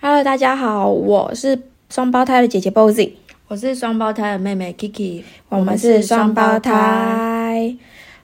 Hello，大家好，我是双胞胎的姐姐 Bozy，我是双胞胎的妹妹 Kiki，我们是双胞。胎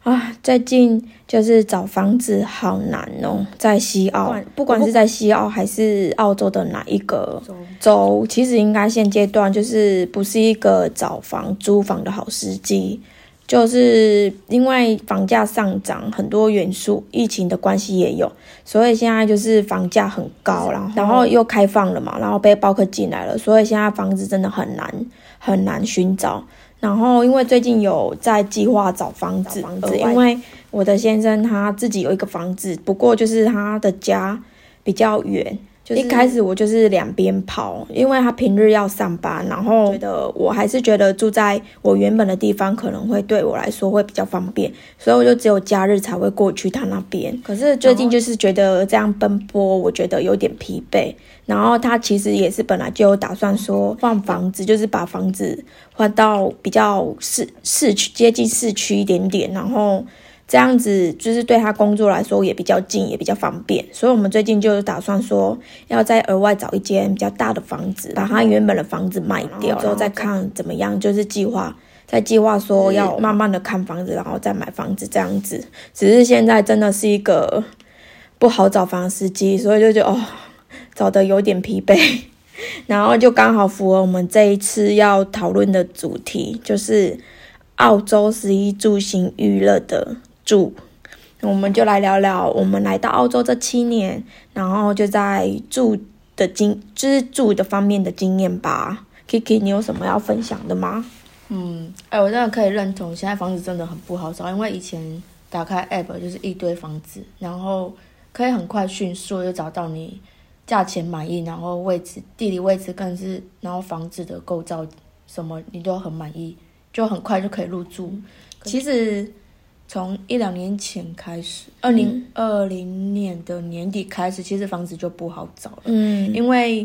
啊。最近就是找房子好难哦，在西澳不管，不管是在西澳还是澳洲的哪一个州州，其实应该现阶段就是不是一个找房租房的好时机。就是因为房价上涨，很多元素，疫情的关系也有，所以现在就是房价很高，然后然后又开放了嘛，然后背包客进来了，所以现在房子真的很难很难寻找。然后因为最近有在计划找房子，找房呃子因为我的先生他自己有一个房子，不过就是他的家比较远。就是、一开始我就是两边跑，因为他平日要上班，然后觉得我还是觉得住在我原本的地方可能会对我来说会比较方便，所以我就只有假日才会过去他那边。可是最近就是觉得这样奔波，我觉得有点疲惫。然后他其实也是本来就有打算说换房子，就是把房子换到比较市市区接近市区一点点，然后这样子就是对他工作来说也比较近，也比较方便。所以我们最近就打算说要再额外找一间比较大的房子，把他原本的房子卖掉，之后再看怎么样，就是计划。在计划说要慢慢的看房子，然后再买房子这样子，只是现在真的是一个不好找房的时机，所以就觉得哦，找的有点疲惫， 然后就刚好符合我们这一次要讨论的主题，就是澳洲十一住行娱乐的住。我们就来聊聊我们来到澳洲这七年，然后就在住的经，就是住的方面的经验吧。Kiki，你有什么要分享的吗？嗯，哎、我真的可以认同，现在房子真的很不好找，因为以前打开 app 就是一堆房子，然后可以很快迅速就找到你价钱满意，然后位置、地理位置更是，然后房子的构造什么你都很满意，就很快就可以入住。其实从一两年前开始，二零二零年的年底开始，其实房子就不好找了。嗯，因为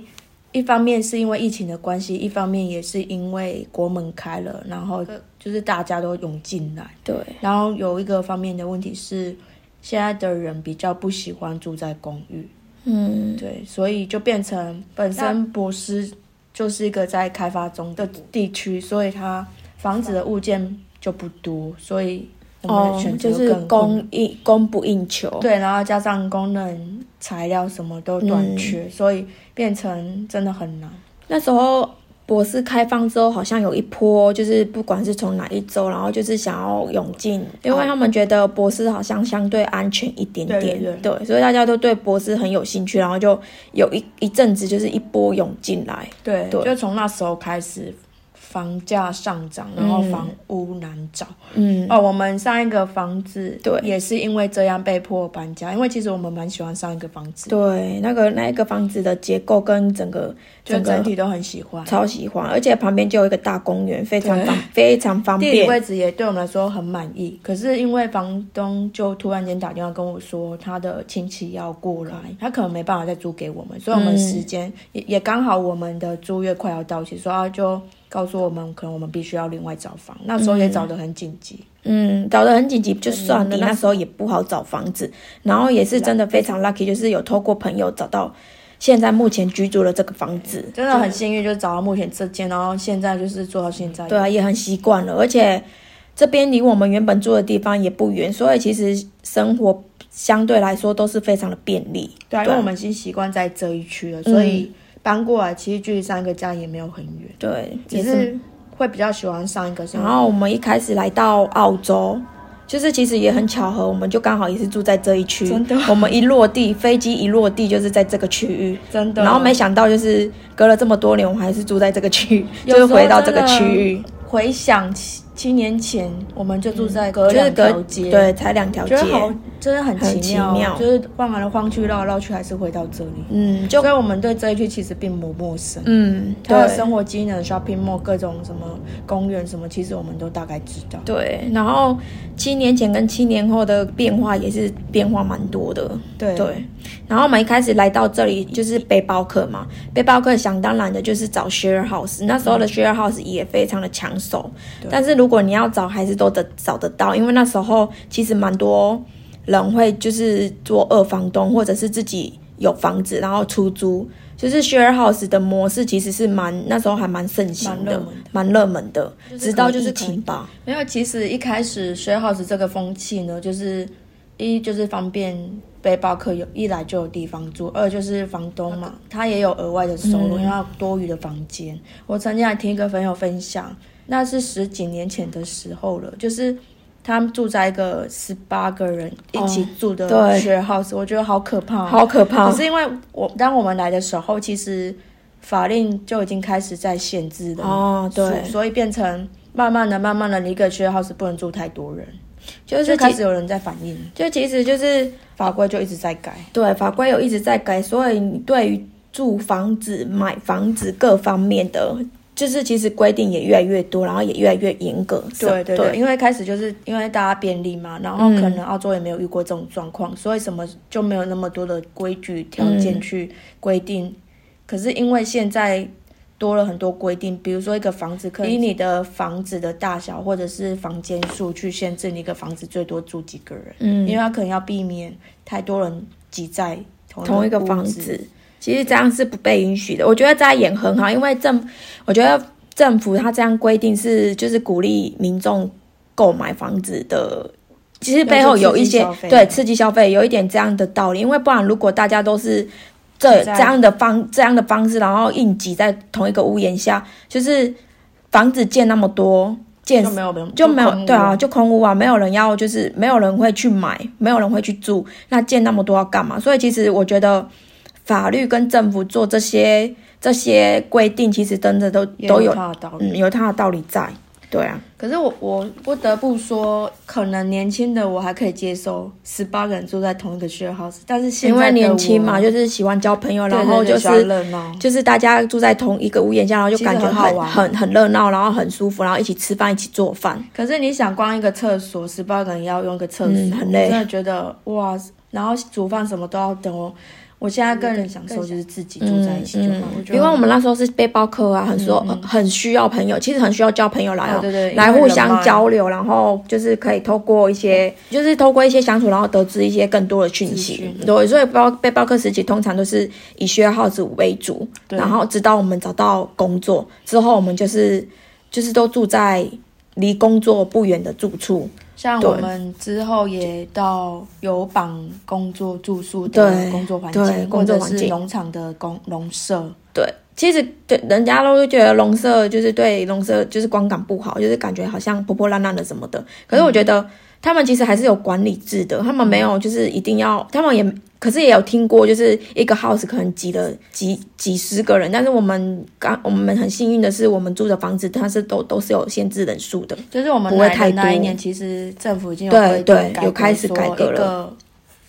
一方面是因为疫情的关系，一方面也是因为国门开了，然后就是大家都涌进来。对，然后有一个方面的问题是，现在的人比较不喜欢住在公寓，嗯，对，所以就变成本身博斯就是一个在开发中的地区，所以它房子的物件就不多，所以我们哦的选，择就是更困难供应供不应求，对，然后加上工人、材料什么都嗯短缺，所以变成真的很难。那时候博士开放之后，好像有一波，就是不管是从哪一周，然后就是想要涌进，因为他们觉得博士好像相对安全一点点，对对所以大家都对博士很有兴趣，然后就有一一阵子就是一波涌进来，对，对就从那时候开始，房价上涨，然后房屋难找。嗯，哦，我们上一个房子，对也是因为这样被迫搬家，因为其实我们蛮喜欢上一个房子，对，那个那一个房子的结构跟整个就整整个体都很喜欢。超喜欢，而且旁边就有一个大公园，非常对方非常方地理便，位置也对我们来说很满意，可是因为房东就突然间打电话跟我说，他的亲戚要过来，他可能没办法再租给我们，所以我们时间、也也刚好我们的租约快要到期，所以他就告诉我们，可能我们必须要另外找房。那时候也找得很紧急，嗯，找得很紧急就算了，嗯那时候也不好找房子，然后也是真的非常 lucky，就是有透过朋友找到现在目前居住的这个房子，真的很幸运，就找到目前这间，然后现在就是做到现在。对啊，也很习惯了，而且这边离我们原本住的地方也不远，所以其实生活相对来说都是非常的便利。对啊，因对为我们已经习惯在这一区了，所以搬过来其实距离上一个家也没有很远，对，只也是是会比较喜欢上一个生活然后我们一开始来到澳洲，就是其实也很巧合，我们就刚好也是住在这一区。真的我们一落地，飞机一落地就是在这个区域，真的然后没想到就是隔了这么多年，我们还是住在这个区域，有就时是候回到这个区域，回想七七年前，我们就住在隔就是两嗯隔条街，，对才两条街觉，得好，真的很很奇妙，哦奇妙就是晃来晃去，绕来绕去，还是回到这里。嗯，就所以我们对这一区其实并不陌生。嗯它的对。生活机能、shopping mall、各种什么公园什么，其实我们都大概知道。对，然后七年前跟七年后的变化也是变化蛮多的。对对，然后我们一开始来到这里就是背包客嘛，背包客想当然的就是找 share house，那时嗯候的 share house 也非常的抢手，但是如果你要找，还是都得找得到，因为那时候其实蛮多人会就是做二房东，或者是自己有房子然后出租，就是 share house 的模式其实是蛮那时候还蛮盛行蛮热的门的，蛮热门的，就是直到可能就是疫疫情情吧，没有，其实一开始 share house 这个风气呢，就是一就是方便背包客有一来就有地方住，二就是房东嗯嘛，他也有额外的收入，因为他有多余的房间。我曾经还听一个朋友分享，那是十几年前的时候了，就是。他们住在一个十八个人一起哦住的对 share house，、我觉得好可怕哦、好可怕可。是因为我当我们来的时候，其实法令就已经开始在限制了哦，对所，所以变成慢慢的、慢慢的，你一个 share house 不能住太多人，就就是开其始有人在反映，就其实就是法规就一直在改。对，法规有一直在改，所以你对于住房子、买房子各方面的，就是其实规定也越来越多，然后也越来越严格。对对对对，因为开始就是因为大家便利嘛，然后嗯可能澳洲也没有遇过这种状况，所以什么就没有那么多的规矩条件嗯去规定。可是因为现在多了很多规定，比如说一个房子嗯可以以你的房子的大小或者是房间数去限制你一个房子最多住几个人，嗯因为他可能要避免太多人挤在同同一个屋房子，其实这样是不被允许的。我觉得这样也很好，因为政，我觉得政府它这样规定是就是鼓励民众购买房子的。其实背后有一些就是刺激消费对刺激消费有一点这样的道理，因为不然如果大家都是这挤在这样的方这样的方式，然后硬挤在同一个屋檐下，就是房子建那么多，建就没有人就没有空屋对啊，就空屋啊，没有人要，就是没有人会去买，没有人会去住，那建那么多要干嘛？所以其实我觉得法律跟政府做这些这些规定，其实真的都也都有他的道理。嗯有它的道理在，对啊，可是我我不得不说，可能年轻的我还可以接受十八个人住在同一个 share house，但是现因在为的年轻我嘛，就是喜欢交朋友，对然后对对就喜欢是热闹，就是大家住在同一个屋檐下，然后就其实感觉很好很玩很很热闹，然后很舒服，然后一起吃饭，一起做饭，可是你想，光一个厕所，十八个人要用个厕所，嗯很累我真的觉得哇，然后煮饭什么都要等我。我现在更享受就是自己住在一起就好，我嗯觉因得嗯为我们那时候是背包客啊，很说、很需要朋友，其实很需要交朋友来、哦对对来因为互人相脉交流，然后就是可以透过一些，就是透过一些相处，然后得知一些更多的讯息讯。嗯对，所以包背包客时期通常都是以学号子为主，对然后直到我们找到工作之后，我们就是就是都住在离工作不远的住处。像对我们之后也到有绑工作住宿的对工作环对境，或工作者环是境农场的工农舍，对，其实对人家都会觉得龙舍就是对龙舍就是观感不好，就是感觉好像破破烂烂的什么的。可是我觉嗯得他们其实还是有管理制的，他们没有就是一定要，他们也可是也有听过，就是一个 house 可能挤了几几十个人，但是我们刚我们很幸运的是，我们住的房子它是都都是有限制人数的。就是我们不会来太的那一多年，其实政府已经有对规定对改有革开始说改革一了个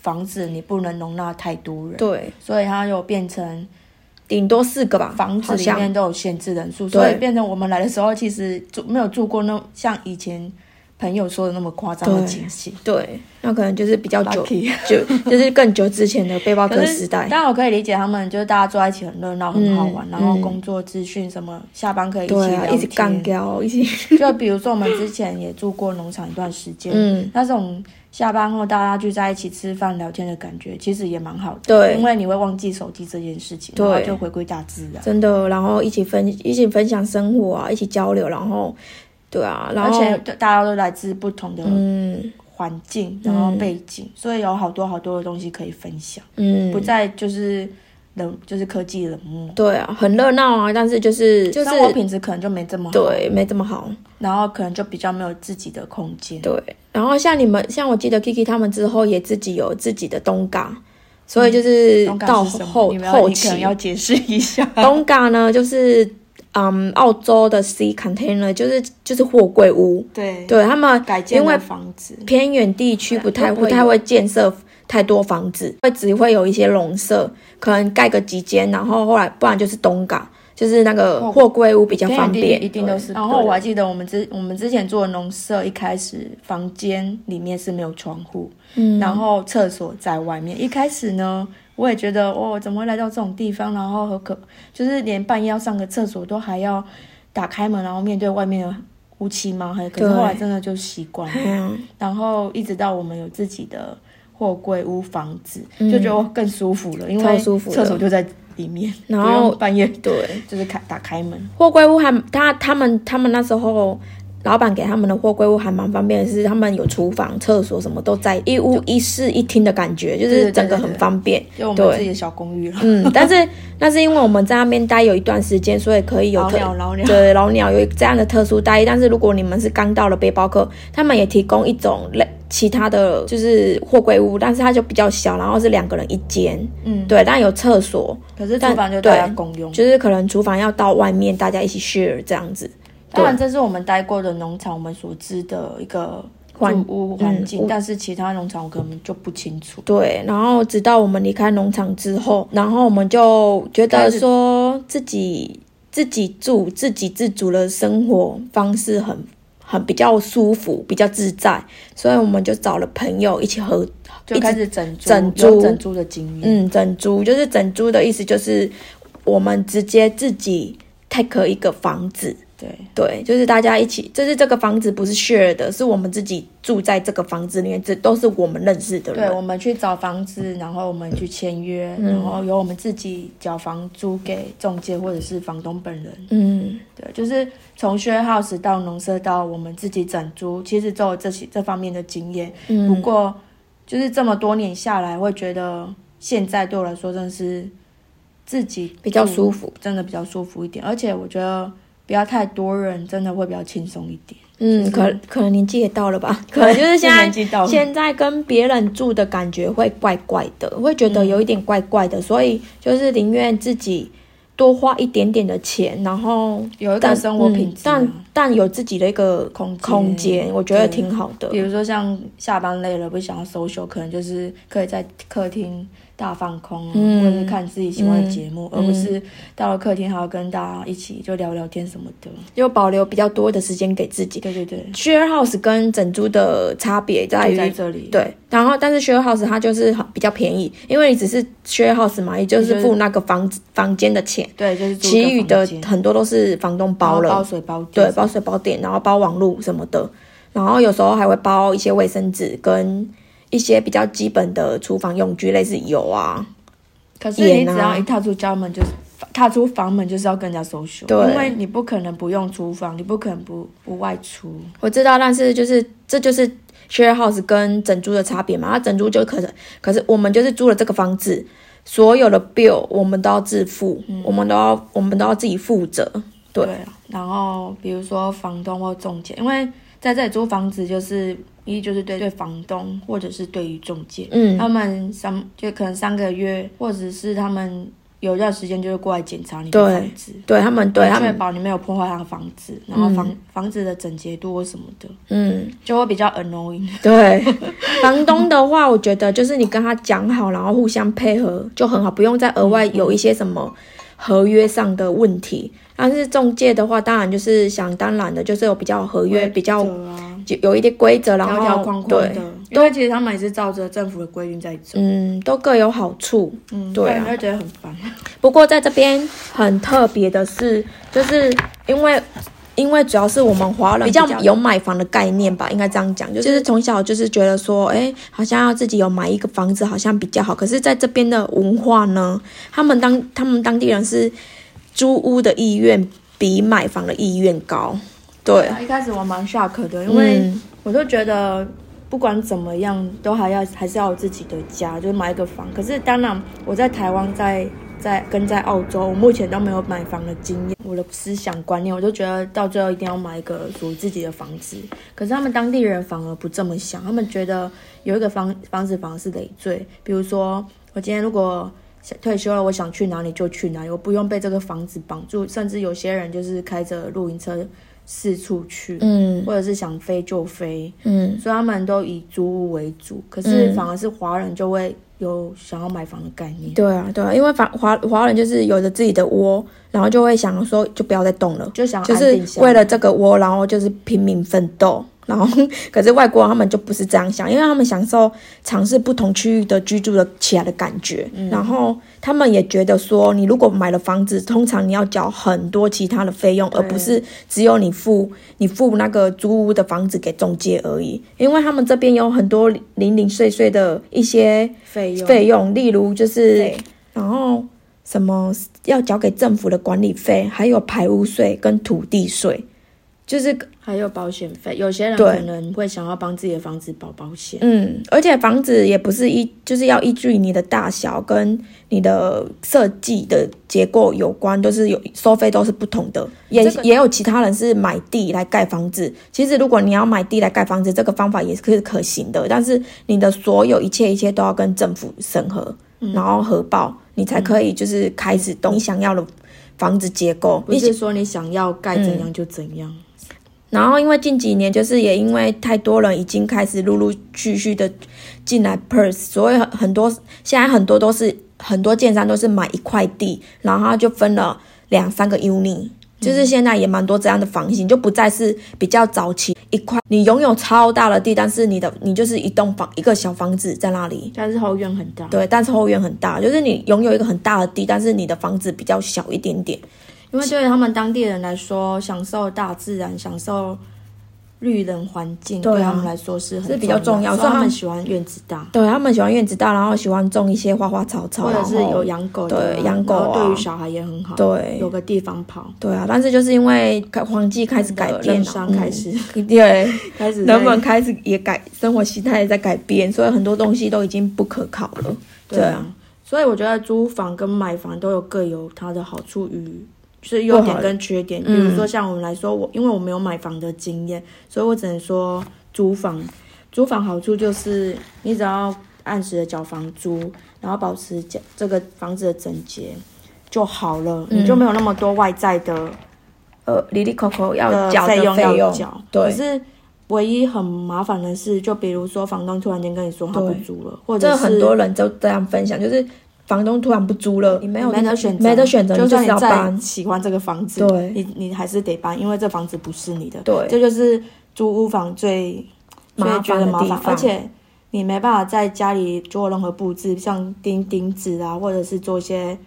房子你不能容纳太多人，对，所以它有变成顶多四个吧，房子好里像面都有限制人数，对所以变成我们来的时候，其实住没有住过那像以前朋友说的那么夸张的对情形。对，那可能就是比较久 Lucky 久，就是更久之前的背包客可时是，代当。然我可以理解他们，就是大家坐在一起很热闹、很好玩，嗯然后嗯工作资讯什么，下班可以一起对聊啊，天。一起干 掉，一起就比如说我们之前也住过农场一段时间，嗯那种下班后大家聚在一起吃饭聊天的感觉，其实也蛮好的。对因为你会忘记手机这件事情，对然后就回归大自然。真的，然后一起分一起分享生活啊，一起交流，然后对啊，然而后且大家都来自不同的嗯环境，然后背景，所以有好多好多的东西可以分享，嗯不，再就是冷，就是科技冷漠。对啊，很热闹啊，但是就是就是生活品质可能就没这么好，对没这么好，然后可能就比较没有自己的空间。对。然后像你们，像我记得 Kiki 他们之后也自己有自己的东嘎，所以就是嗯东港到是什么后你们要后你可能期要解释一下。 东嘎呢，就是嗯澳洲的 C container，就是就是货柜屋，对，对他们改建因为的房子，偏远地区不太啊都不会不太会建设太多房子，会只会有一些农舍，可能盖个几间，然后后来不然就是东港，就是那个货柜屋比较方一定便，哦一定都是。对然后我还记得我们之我们之前做的农舍，一开始房间里面是没有窗户，嗯然后厕所在外面。一开始呢，我也觉得哦，怎么会来到这种地方？然后和可就是连半夜要上个厕所都还要打开门，然后面对外面的乌漆嘛黑。可对是 后来真的就习惯了。哎呀，然后一直到我们有自己的货柜屋房子，就觉得我更舒服了，因嗯为超舒服的厕所就在里面，然不用后半夜对，就是开打开门，货柜屋还他他们他们那时候老板给他们的货柜屋还蛮方便的是，他们有厨房、厕所什么都在一屋一室一厅的感觉，就对对是对整个对很对方便。就我们对自己的小公寓了。嗯，但是那是因为我们在那边待有一段时间，所以可以有老特鸟老鸟对老鸟有这样的特殊待遇。但是如果你们是刚到的背包客，他们也提供一种类其他的就是货柜屋，但是它就比较小，然后是两个人一间，嗯，对，但有厕所， 可是厨但房就大对家共用。就是可能厨房要到外面大家一起 share 这样子。当然，这是我们待过的农场，我们所知的一个住屋环境，嗯但是其他农场我可能就不清楚。对，然后直到我们离开农场之后，然后我们就觉得开始说自己自己住、自给自足的生活方式很很比较舒服、比较自在，所以我们就找了朋友一起合就开始整租，整有租整租的经验。嗯整租，就是整租的意思就是我们直接自己 take 一个房子。对，对，就是大家一起，就是这个房子不是 share 的，是我们自己住在这个房子里面，这都是我们认识的人。对，我们去找房子，然后我们去签约，嗯然后由我们自己缴房租给中介或者是房东本人。嗯，对，就是从 share house 到农舍到我们自己整租，其实都有这些这方面的经验。嗯不过就是这么多年下来，会觉得现在对我来说真的是自己比较舒服，服。真的比较舒服一点。而且我觉得不要太多人，真的会比较轻松一点。嗯，可可能年纪也到了 吧，可能就是现年在纪到了现在跟别人住的感觉会怪怪的，会觉嗯得有一点怪怪的，所以就是宁愿自己多花一点点的钱，然后有一个但生活品质啊、嗯但但有自己的一个空间空间，我觉得对挺好的比。如说像下班累了，不想要 social，可能就是可以在客厅大放空啊，嗯或者是看自己喜欢的节目，嗯而不是到了客厅还要跟大家一起就聊聊天什么的。就保留比较多的时间给自己。对对对， share house 跟整租的差别在就在于。这里。对，然后但是 share house 它就是很比较便宜，因为你只是 share house 嘛，也就就是是付那个房子房间的钱，对，就是住一其个余房的间很多都是房东包然后包嗯了，水包电对，包水包电，然后包网络什么的，然后有时候还会包一些卫生纸跟一些比较基本的厨房用具，类似油啊，可是你盐啊只要一踏出家门，就是踏出房门，就是要跟人家 social，对因为你不可能不用厨房，你不可能不不外出。我知道，但是就是这就是 share house 跟整租的差别嘛。它整租就可能，可是我们就是租了这个房子，所有的 bill 我们都要自付，嗯我们都要我们都要自己负责。对啊然后比如说房东或中介，因为在这里租房子就是一就是对对房东或者是对于中介，嗯他们三就可能三个月，或者是他们有一段时间就会过来检查你的对房子。对嗯他们，对他确们，保你没有破坏他的房子，然后房、房子的整洁度或什么的，嗯，就会比较 annoying。对。房东的话，我觉得就是你跟他讲好，然后互相配合就很好，不用再额外有一些什么合约上的问题。但是中介的话，当然就是想当然的，就是有比较合约比较对啊，就有一些规则，然后条条框框哦对的，，因为其实他们也是照着政府的规定在走，嗯，都各有好处。嗯对啊不然你会觉得很烦。不过在这边很特别的是，就是因为。因为主要是我们华人比较有买房的概念吧，应该这样讲，就是从小就是觉得说，哎，好像要自己有买一个房子好像比较好。可是在这边的文化呢，他们当他们当地人是租屋的意愿比买房的意愿高，对， 一开始我蛮 shock 的，因为嗯我就觉得不管怎么样，都还要还是要有自己的家，就是买一个房。可是当然，我在台湾在。在跟在澳洲，我目前都没有买房的经验。我的思想观念，我就觉得到最后一定要买一个属于自己的房子。可是他们当地人反而不这么想，他们觉得有一个房房子反而是累赘。比如说，我今天如果想退休了，我想去哪里就去哪里，我不用被这个房子绑住。甚至有些人就是开着露营车四处去，嗯或者是想飞就飞，嗯，所以他们都以租屋为主。可是嗯反而是华人就会有想要买房的概念，对啊对啊，因为华华华人就是有着自己的窝，然后就会想说就不要再动了，就想要就安定是下来为了这个窝，然后就是拼命奋斗。然后， 可是外国人他们就不是这样想，因为他们享受尝试不同区域的居住的起来的感觉。嗯然后他们也觉得说，你如果买了房子，通常你要缴很多其他的费用，而不是只有你付你付那个租屋的房子给中介而已。因为他们这边有很多零零碎碎的一些费用费用，例如就是对，然后什么要缴给政府的管理费，还有排污税跟土地税，就是还有保险费，有些人对可能会想要帮自己的房子保保险。嗯，而且房子也不是依，就是要依据你的大小跟你的设计的结构有关，都、是有收费都是不同的。也、这个也有其他人是买地来盖房子。其实如果你要买地来盖房子，这个方法也是可行的，但是你的所有一切一切都要跟政府审核，嗯然后核报，你才可以就是开始动你想要的房子结构。不是说你想要盖嗯怎样就怎样，然后因为近几年就是也因为太多人已经开始陆陆续续的进来 Perth，所以很很多现在很多都是很多建商都是买一块地，然后他就分了两三个 uni。就是现在也蛮多这样的房型，就不再是比较早期一块，你拥有超大的地，但是你的你就是一栋房一个小房子在那里，但是后院很大。，对，但是后院很大，就是你拥有一个很大的地，但是你的房子比较小一点点，因为对于他们当地人来说，享受大自然、享受绿人环境，对啊对他们来说是很是比较重要所以所以他他们们喜欢院子大，对他们喜欢院子大，然后喜欢种一些花花草草，或者是然后有养狗的啊，对养狗啊然后对于小孩也很好，对有个地方跑。对啊，但是就是因为开黄季开始改变任了，商嗯开始、对，开始在人们 开始也改生活形态也在改变，所以很多东西都已经不可靠了。对啊，所以我觉得租房跟买房都有各有它的好处与就是优点跟缺嗯点。比如说像我们来说，我因为我没有买房的经验，所以我只能说租房。租房好处就是你只要按时的缴房租，然后保持这这个房子的整洁就好了，你嗯就没有那么多外在的呃，里里口口要的缴的费用要用缴，可对，是。唯一很麻烦的是，就比如说房东突然间跟你说他不对租了，或者这是很多人都这样分享，就是房东突然不租了，你没有没得选择，没得选择，就你就算是你要再搬。喜欢这个房子，对你你还是得搬，因为这房子不是你的。对这就是租屋房最麻烦的最觉得麻地烦方，而且你没办法在家里做任何布置，像钉钉子啊，或者是做一些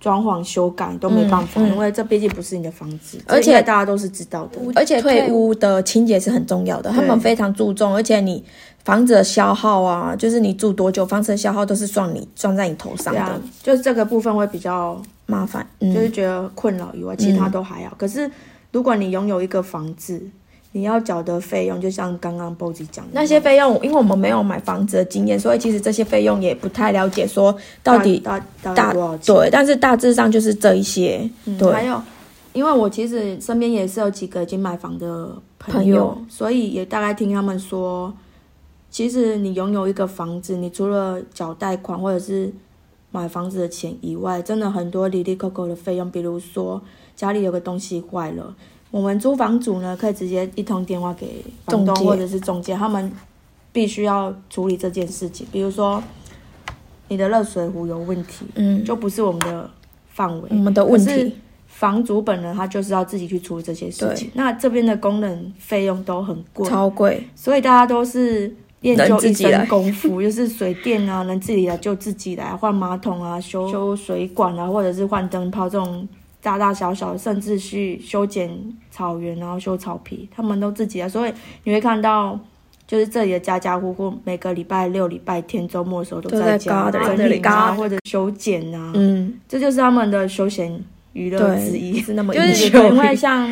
装潢修改都没办法，嗯嗯因为这毕竟不是你的房子，而且这应该大家都是知道的。而且退屋的清洁是很重要的，他们非常注重，而且你房子的消耗啊，就是你住多久，房子的消耗都是算你算在你头上对的，啊，就是这个部分会比较麻烦。嗯，就是觉得困扰以外，其他都还好。可是如果你拥有一个房子，你要缴的费用，就像刚刚 b o 讲的那些费用，因为我们没有买房子的经验，所以其实这些费用也不太了解，说到底大大大大多少钱？对，但是大致上就是这一些，嗯还对，有，因为我其实身边也是有几个已经买房的朋朋友所以也大概听他们说，其实你拥有一个房子，你除了缴贷款或者是买房子的钱以外，真的很多里里扣扣的费用，比如说家里有个东西坏了。我们租房主呢，可以直接一通电话给房中东介或者是中介，他们必须要处理这件事情。比如说，你的热水壶有问题，嗯，就不是我们的范围我。们的问可是题，房主本人他就是要自己去处理这些事情。那这边的工人费用都很贵，超贵，所以大家都是练就能一自己来身功夫， 就是水电啊，能自己来就自己来，换马桶 啊，修修水管啊，或者是换灯泡这种大大小小，甚至去修剪草原，然后修草皮，他们都自己来。所以你会看到。就是这里的家家户户，每个礼拜六、礼拜天、周末的时候都都在在家 gardening 整理啊， gardening 或者修剪啊，嗯，这就是他们的休闲娱乐之一对，。是那么就一是宿有因为像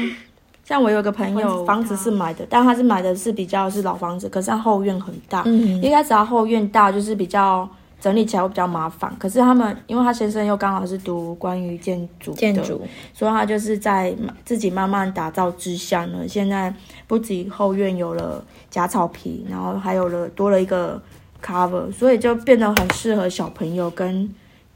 像我有个朋友，房房子子是买的，但他是买的是比较是老房子，可是他后院很大。嗯一开始他后院大就是比较整理起来会比较麻烦，可是他们因为他先生又刚好是读关于建筑的建，筑，所以他就是在自己慢慢打造之下呢，现在不仅后院有了假草皮，然后还有了多了一个 cover，所以就变得很适合小朋友跟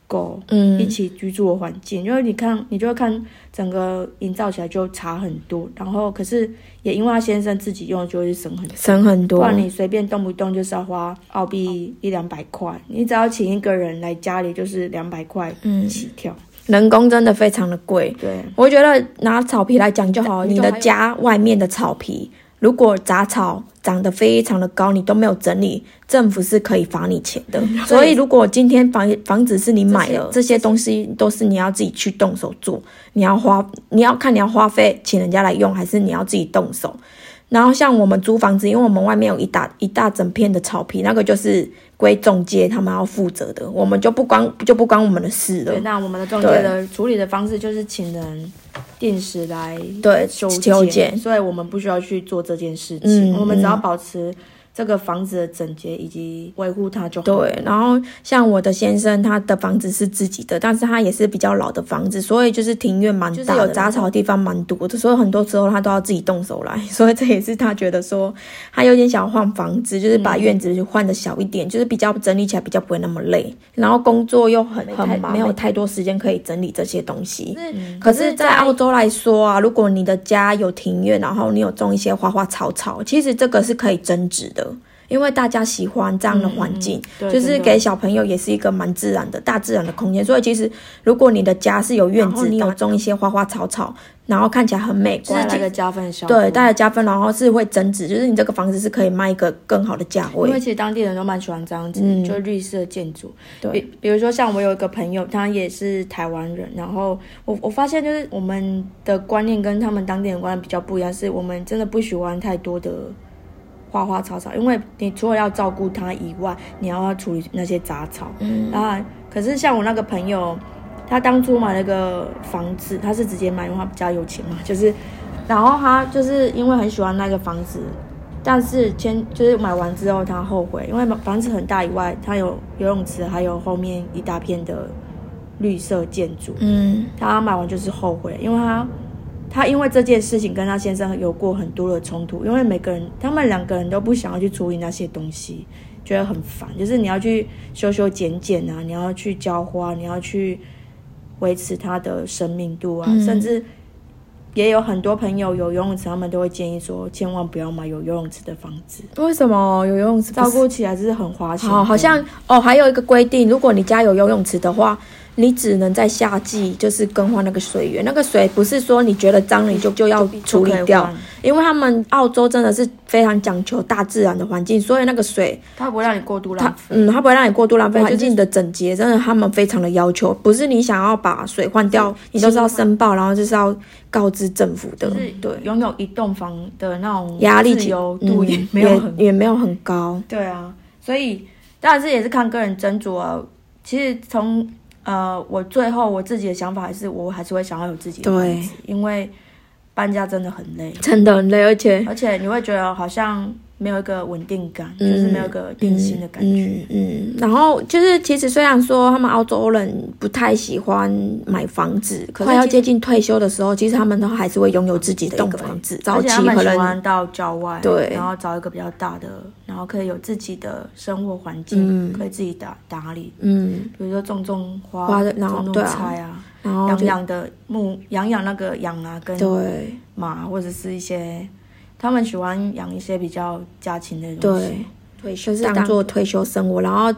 狗。一嗯，起居住的环境，因为你看，你就会看整个营造起来就差很多。然后，可是也因为他先生自己用，就会省很多。省很不多，然你随便动不动就是要花澳哦币一两百块，你只要请一个人来家里就是两百块嗯，起跳。人工真的非常的贵。对，我觉得拿草皮来讲就好，你你就的还有家外面的草皮，如果杂草长得非常的高，你都没有整理，政府是可以罚你钱的。 所以，如果今天房房子是你买的，这些东西都是你要自己去动手做，你要花，你要看你要花费请人家来用，还是你要自己动手。然后像我们租房子，因为我们外面有一大一大整片的草皮，那个就是归中介他们要负责的，我们就不关就不关我们的事了对，。那我们的中介的处理的方式就是请人定时来对修修剪所以我们不需要去做这件事情，嗯我们只要保持这个房子的整洁以及维护它就好。对，然后像我的先生，他的房子是自己的，但是他也是比较老的房子，所以就是庭院蛮大的，就是有杂草的地方蛮多的，所以很多时候他都要自己动手来，嗯所以这也是他觉得说他有点想要换房子，就是把院子换的小一点，嗯就是比较整理起来比较不会那么累，然后工作又很没太很忙，没没有太多时间可以整理这些东西。嗯可是，在澳洲来说啊，如果你的家有庭院，然后你有种一些花花草草，其实这个是可以增值的，因为大家喜欢这样的环境，对就是真的给小朋友也是一个蛮自然的、大自然的空间。所以，其实如果你的家是有院然后子，你你有有种一些花花草草，然后看起来很美就是观，这个加分项。对，大家加分，然后是会增值，就是你这个房子是可以卖一个更好的价因为位。其实当地人都蛮喜欢这样子，嗯就绿色建筑。对比比如说像我有一个朋友，他也是台湾人，然后我我发现就是我们的观念跟他们当地人观念比较不一样，是我们真的不喜欢太多的花花草草，因为你除了要照顾它以外，你还要处理那些杂草。嗯，当然，可是像我那个朋友，他当初买了个房子，他是直接买，因为他比较有钱嘛，就是，然后他就是因为很喜欢那个房子，但是签就是买完之后他后悔，因为房子很大以外，他有游泳池，还有后面一大片的绿色建筑，嗯，他买完就是后悔，因为他他因为这件事情跟他先生有过很多的冲突，因为每个人他们两个人都不想要去处理那些东西，觉得很烦。就是你要去修修剪剪啊，你要去浇花，你要去维持它的生命度啊，嗯甚至也有很多朋友有游泳池，他们都会建议说，千万不要买有游泳池的房子，为什么有游泳池不照是顾起来是很花钱的。哦好，好像哦，还有一个规定，如果你家有游泳池的话，你只能在夏季就是更换那个水源。那个水不是说你觉得脏了你就就要处理就可以掉换，因为他们澳洲真的是非常讲求大自然的环境，所以那个水它不会让你过度浪费。嗯，它不会让你过度浪费对就是环境的整洁，真的他们非常的要求，不是你想要把水换掉，你都是要申报，然后就是要告知政府的，对，拥有一栋房的那种压力自其由度嗯也没有很也也没有很高，对啊，所以当然这也是看个人斟酌啊。其实从呃，我最后我自己的想法还是，我还是会想要有自己的对房子，因为搬家真的很累，真的很累，而且而且你会觉得好像没有一个稳定感，就是没有一个定心的感觉。嗯嗯嗯然后就是，其实虽然说他们澳洲人不太喜欢买房子，可是快要啊其实接近退休的时候，其实他们都还是会拥有自己的一懂个欸房子。早而且期他们可喜能欢到郊外，对然后找一个比较大的，然后可以有自己的生活环境，可以自己打打理，嗯，比如说种种花，花的然后种种对啊菜啊，然后养就养的牧，养养那个羊啊，跟对马或者是一些，他们喜欢养一些比较家禽类的东西。对退休是当做退休生活，然后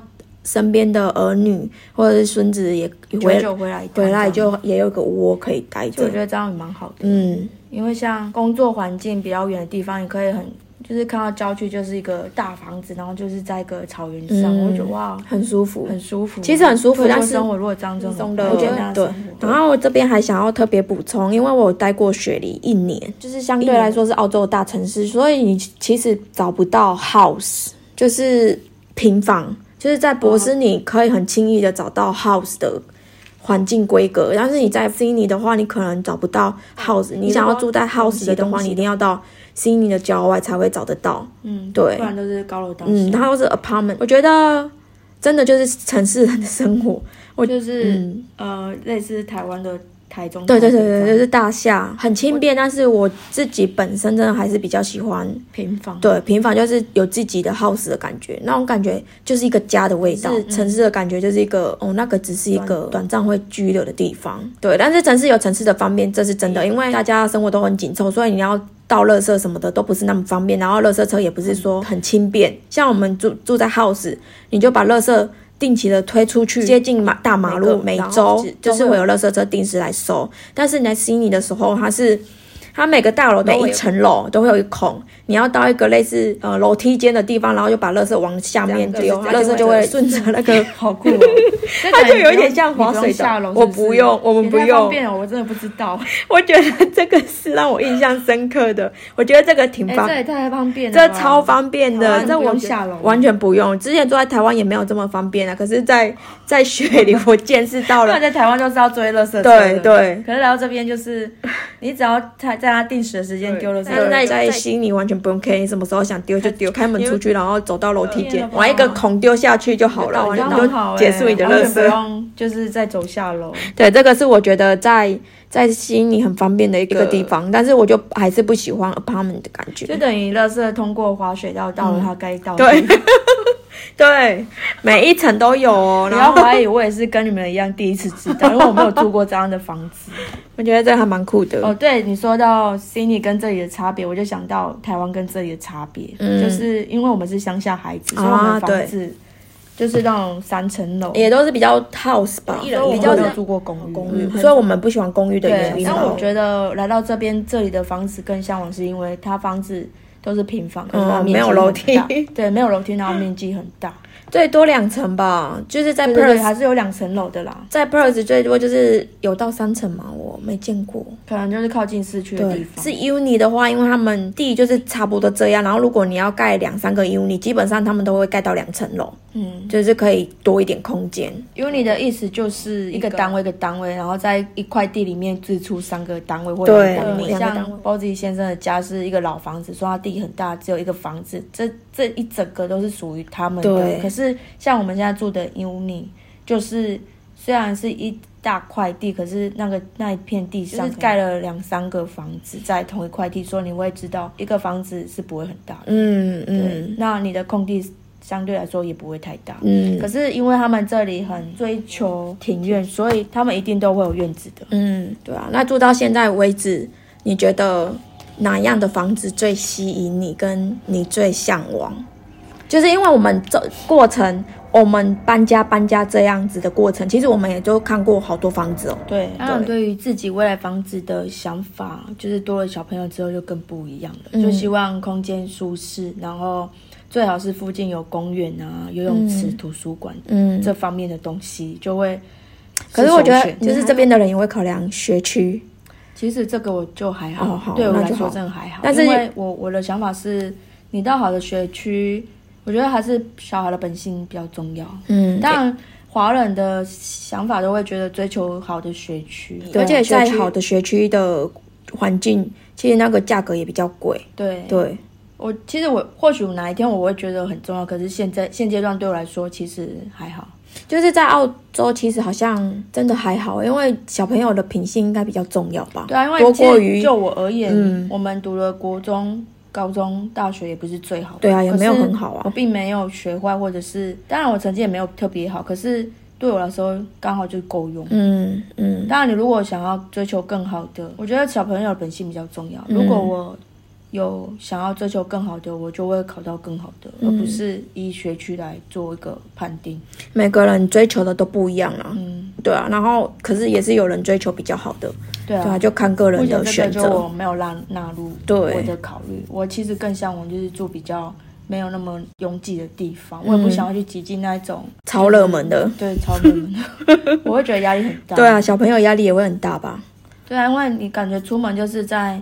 身边的儿女或者是孙子也久回久回来一趟回来这样就也有个窝可以待就我觉着。得这样也蛮好的，嗯，因为像工作环境比较远的地方，你可以很就是看到郊区就是一个大房子，然后就是在一个草原上，嗯我觉得哇很舒服，很舒服，其实很舒服对但说是生活如果这样就轻很松的不简单的对生活。然后我这边还想要特别补充，因为我有待过雪梨一年，就是相对来说是澳洲的大城市，所以你其实找不到 house，就是平房，就是在博斯你可以很轻易的找到 house 的。环境规格，但是你在悉尼的话，你可能找不到 house。你想要住在 house 里的话，你一定要到悉尼的郊外才会找得到。嗯，对不然都是高楼大厦。嗯，它都是 apartment。我觉得真的就是城市人的生活。我就是、嗯呃，类似台湾的台中。对对对台北这对，样就是大厦很轻便，但是我自己本身真的还是比较喜欢平房。啊对平房，就是有自己的 house 的感觉，那种感觉就是一个家的味道，是嗯城市的感觉就是一个哦，那个只是一个短暂会居留的地方。对，但是城市有城市的方便，这是真的，因为大家生活都很紧凑，所以你要。倒垃圾什么的都不是那么方便，然后垃圾车也不是说很轻便。像我们住住在 house，你就把垃圾定期的推出去，接近马大马路，每每个然后周只就是会有垃圾车定时来收。但是你在悉尼的时候，它是它每个大楼每一层楼都会有一孔，你要到一个类似呃楼梯间的地方，然后就把垃圾往下面丢，这样它子垃圾就会它就顺着那个。好 酷哦！它就有一点像滑水道你不用下楼是是我不用我们不用也太方便了，我真的不知 道。我觉得这个是让我印象深刻的，我觉得这个挺哎、方这也太方便了吧，这超方便台的，湾这不我用觉下楼完全不用。之前住在台湾也没有这么方便啊，可是在，在雪里我见识到不了。然 在台湾就是要追垃圾车对的对可是来到这边就是，你只要他在他定时的时间丢垃圾，但在在悉尼完全不用 care，你什么时候想丢就丢，开门出去，然后走到楼梯对间了，吧往一个孔丢下去就好了，我你觉得就很好、欸，结束你的完乐全不色。用就是再走下楼。对，这个是我觉得在在悉尼很方便的一个地方，但是我就还是不喜欢 apartment 的感就觉。等于垃圾通过滑水道到了它该到的地对方。， 对，每一层都有哦。不然要后怀疑，我也是跟你们一样第一次知道，因为我没有住过这样的房子。我觉得这个还蛮酷的。哦，对你说到 Sydney 跟这里的差别，我就想到台湾跟这里的差别，嗯就是因为我们是乡下孩子，所以我啊们的房子就是那种三层楼，也都是比较 house 吧，所以我比们较没是有住过公寓。公寓，所以我们不喜欢公寓的原对，因但吧我觉得来到这边，这里的房子更向往，是因为它房子都是平房，可是它嗯面积没有很楼大梯对，没有楼梯，然后面积很 大，最多两层吧，就是在对对对， Perth，还是有两层楼的啦，在 Perth 最多就是有到三层嘛，我没见过。可能就是靠近市区的地对，方是。uni 的话，因为他们地就是差不多这样，然后如果你要盖两三个 uni，基本上他们都会盖到两层楼，嗯就是可以多一点空间。 ，uni 的意思就是一个单位一个单位，然后在一块地里面支出三个单位或两对个单位。两个单像 Bozzy 先生的家是一个老房子，说他地很大，只有一个房子，这这一整个都是属于他们的对。可是像我们现在住的 uni，就是虽然是一大块地，可是那个那一片地上就是盖了两三个房子在同一块地，所以你会知道一个房子是不会很大的。嗯对嗯，那你的空地相对来说也不会太大。可嗯是因为他们这里很追求庭院，所以他们一定都会有院子的。嗯，对啊。那住到现在为止，你觉得哪样的房子最吸引你，跟你最向往？就是因为我们这过程，我们搬家搬家这样子的过程，其实我们也就看过好多房子哦。对，那对对于自己未来房子的想法，就是多了小朋友之后就更不一样了，嗯就希望空间舒适，然后最好是附近有公园啊、游泳池、嗯图书馆、嗯，这方面的东西，就会首可选。是我觉得，对就是这边的人也会考量学区，其实这个我就还好，哦好对我那来就说好真的还好。但是因为我我的想法是，你到好的学区，我觉得还是小孩的本性比较重要。嗯当然，华人的想法都会觉得追求好的学区，而且学在区好的学区的环境，其实那个价格也比较贵。对对，我其实我或许哪一天我会觉得很重要，可是现在现阶段对我来说其实还好。就是在澳洲，其实好像真的还好，因为小朋友的品性应该比较重要吧。对啊，因为多其实过于就我而言，嗯我们读了国中、高中、大学也不是最好的，对啊也没有可是很好啊我并没有学坏，或者是当然我成绩也没有特别好，可是对我来说刚好就够用。嗯嗯当然，你如果想要追求更好的，我觉得小朋友的本性比较重要。嗯如果我有想要追求更好的，我就会考到更好的，嗯而不是以学区来做一个判定。每个人追求的都不一样啦。嗯，对啊，然后可是也是有人追求比较好的，对啊对。啊，就看个目人前的这个选就择。我没有纳纳入对我的考虑。我其实更向往就是住比较没有那么拥挤的地方，我也不想要去挤进那一种嗯超热门的，对超热门的， 我会觉得压力很大。对啊，小朋友压力也会很大吧？对啊，因为你感觉出门就是在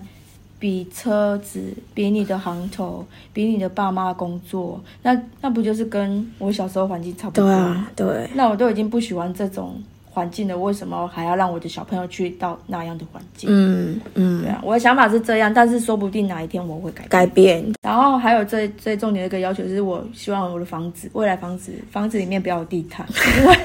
比车子、比你的行头、比你的爸妈工作，那那不就是跟我小时候环境差不多？对啊，对。那我都已经不喜欢这种环境了，为什么还要让我的小朋友去到那样的环境？嗯嗯对，啊，我的想法是这样，但是说不定哪一天我会改变。改变，然后还有最最重点的一个要求是，我希望我的房子未来房子房子里面不要有地毯， 因为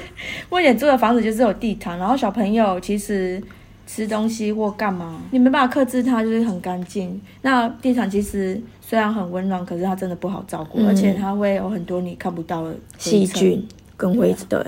我以前住的房子就是有地毯，然后小朋友其实吃东西或干嘛，你没办法克制它，就是很干净。那地毯其实虽然很温暖，可是它真的不好照顾，而且它会有很多你看不到的嗯细菌跟啊灰尘，对。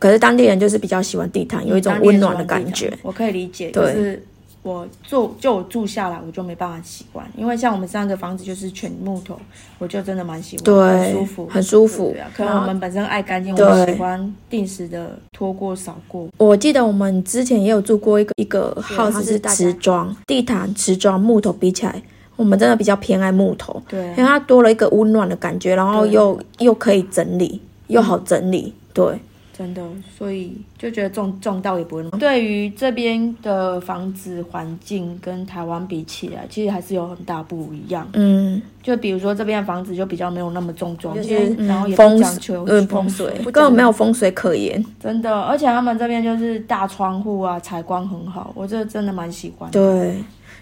可是当地人就是比较喜欢地毯，有一灰尘，种温暖的感觉。我可以理解，对可是。我住就我住下来，我就没办法习惯，因为像我们上个房子就是全木头，我就真的蛮喜欢，对，很舒服，很舒服对啊，。可能我们本身爱干净，我对们喜欢定时的拖过、扫过。我记得我们之前也有住过一个一个对 house 它是是大家瓷砖，地毯、瓷砖、木头比起来，我们真的比较偏爱木头，对因为它多了一个温暖的感觉，然后对嗯又又可以整理，又好整理，对。真的，所以就觉得撞撞到也不会那么。对于这边的房子环境跟台湾比起来，其实还是有很大不一样。嗯，就比如说这边的房子就比较没有那么重装就是修，然后也不风讲水求，嗯，风风水不根本讲没有风水可言。真的，而且他们这边就是大窗户啊，采光很好，我这真的蛮喜欢的。对，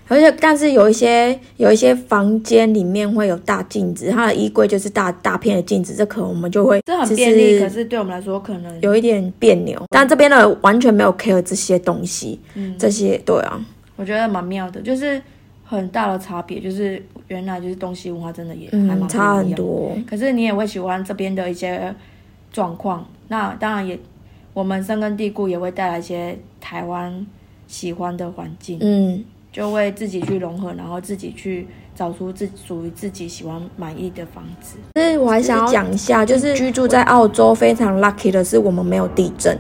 而且但是有一些有一些房间里面会有大镜子，它的衣柜就是大大片的镜子，这可能我们就会这很就便利，可是对我们来说可能有一点别扭。但这边的完全没有 care 这些东西，嗯这些对啊，我觉得蛮妙的，就是很大的差别，就是原来就是东西文化真的也还蛮不一嗯，样差很。多。可是你也会喜欢这边的一些状况，那当然也我们深根蒂固也会带来一些台湾喜欢的环境，嗯，就会自己去融合，然后自己去找出自属于自己喜欢满意的房子。但是我还想要讲一下，就是居住在澳洲非常 lucky 的是，我们没有地震。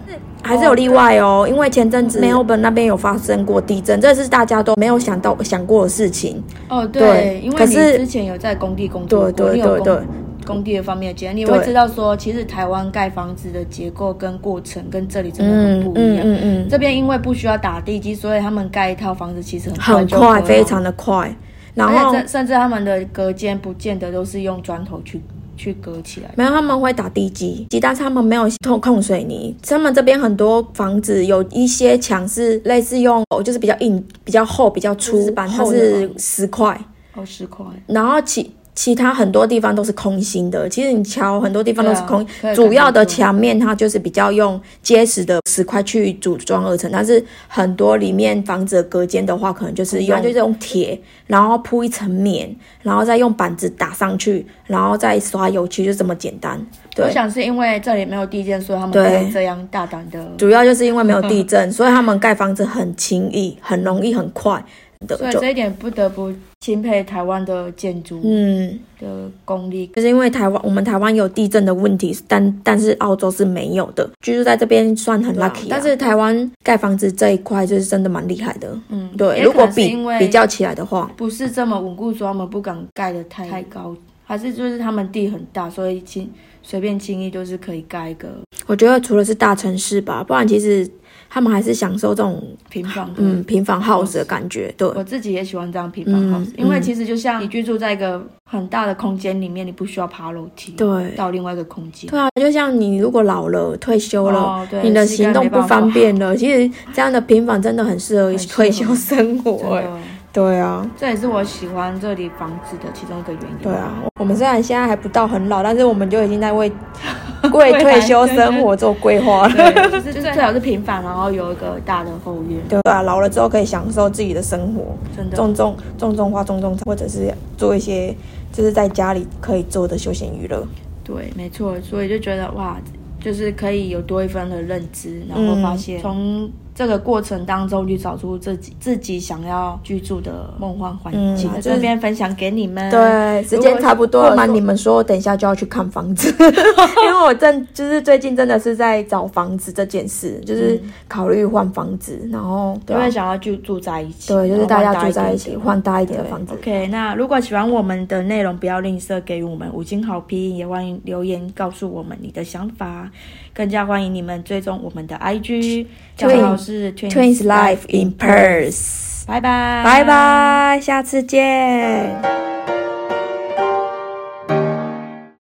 还是有例外哦，因为前阵子 Melbourne 那边有发生过地震，这是大家都没有想到想过的事情。哦，对，对因为可你是之前有在工地工对作过，对你有对工对，工地的方面的经验，你对会知道说，其实台湾盖房子的结构跟过程跟这里真的嗯很不一嗯样。嗯嗯，这边因为不需要打地基，所以他们盖一套房子其实很快很就盖快，好非常的快。然而后且这甚至他们的隔间不见得都是用砖头去去隔起来。没有他们会打地基，但是他们没有控控水泥。他们这边很多房子有一些墙是类似用，哦就是比较硬、比较厚、比较粗就是板它厚的是嘛石块，哦，十块，然后其。其他很多地方都是空心的，其实你瞧很多地方都是空，对啊主要的可以看墙面它就是比较用结实的石块去组装而成，但是很多里面房子的隔间的话，可能就是用不一样就是用铁，然后铺一层棉，然后再用板子打上去，然后再刷油漆，就这么简单。我对，想是因为这里没有地建，所以他们对才会这样大胆的。主要就是因为没有 地震，所以他们盖房子很轻易、很容易、很快的所以就这一点不得不钦佩台湾的建筑嗯。的功力。就是因为台湾，我们台湾有地震的问题，但但是澳洲是没有的，居住在这边算很对啊 lucky、但是台湾盖房子这一块就是真的蛮厉害的，嗯，对。也如可果能是比因为比较起来的话，不是这么稳固，所以他们不敢盖的太太高，还是就是他们地很大，所以轻随便轻易就是可以盖一个我觉得除了是大城市吧，不然其实他们还是享受这种平房的。嗯平房 house 的感觉，对。我自己也喜欢这样平房嗯 house，、因为嗯其实就像你居住在一个很大的空间里面，你不需要爬楼梯，对到另外一个空间。对啊，就像你如果老了、退休了，哦对你的膝盖行动没不办法方便了，其实这样的平房真的很适合很适合退休生真活、欸。的，对啊，这也是我喜欢这里房子的其中一个原因。对啊，我们虽然现在还不到很老，但是我们就已经在 为为退休生活做规划了。对，就是就是最好是平房，然后有一个大的后院，对啊，老了之后可以享受自己的生活，真的。种种种种花，种种草，或者是做一些就是在家里可以做的休闲娱嗯乐。对，没错，所以就觉得哇，就是可以有多一份的认知，然后发嗯现从这个过程当中去找出自己自己想要居住的梦幻环境，嗯在就是这边分享给你们。对，时间差不多了嘛。如果说你们说，等一下就要去看房 子，因为我正就是最近真的是在找房子这件事，就是考虑换房子，然后对嗯因啊、为想要住住在一起，对，就是大然后家换住在一起，点的换大一点的房子。 OK，那如果喜欢我们的内容，不要吝啬给予我们五星好评，也欢迎留言告诉我们你的想法，更加欢迎你们追踪我们的 IG，账号是 Twins life in Perth。拜拜，拜。拜，下次见。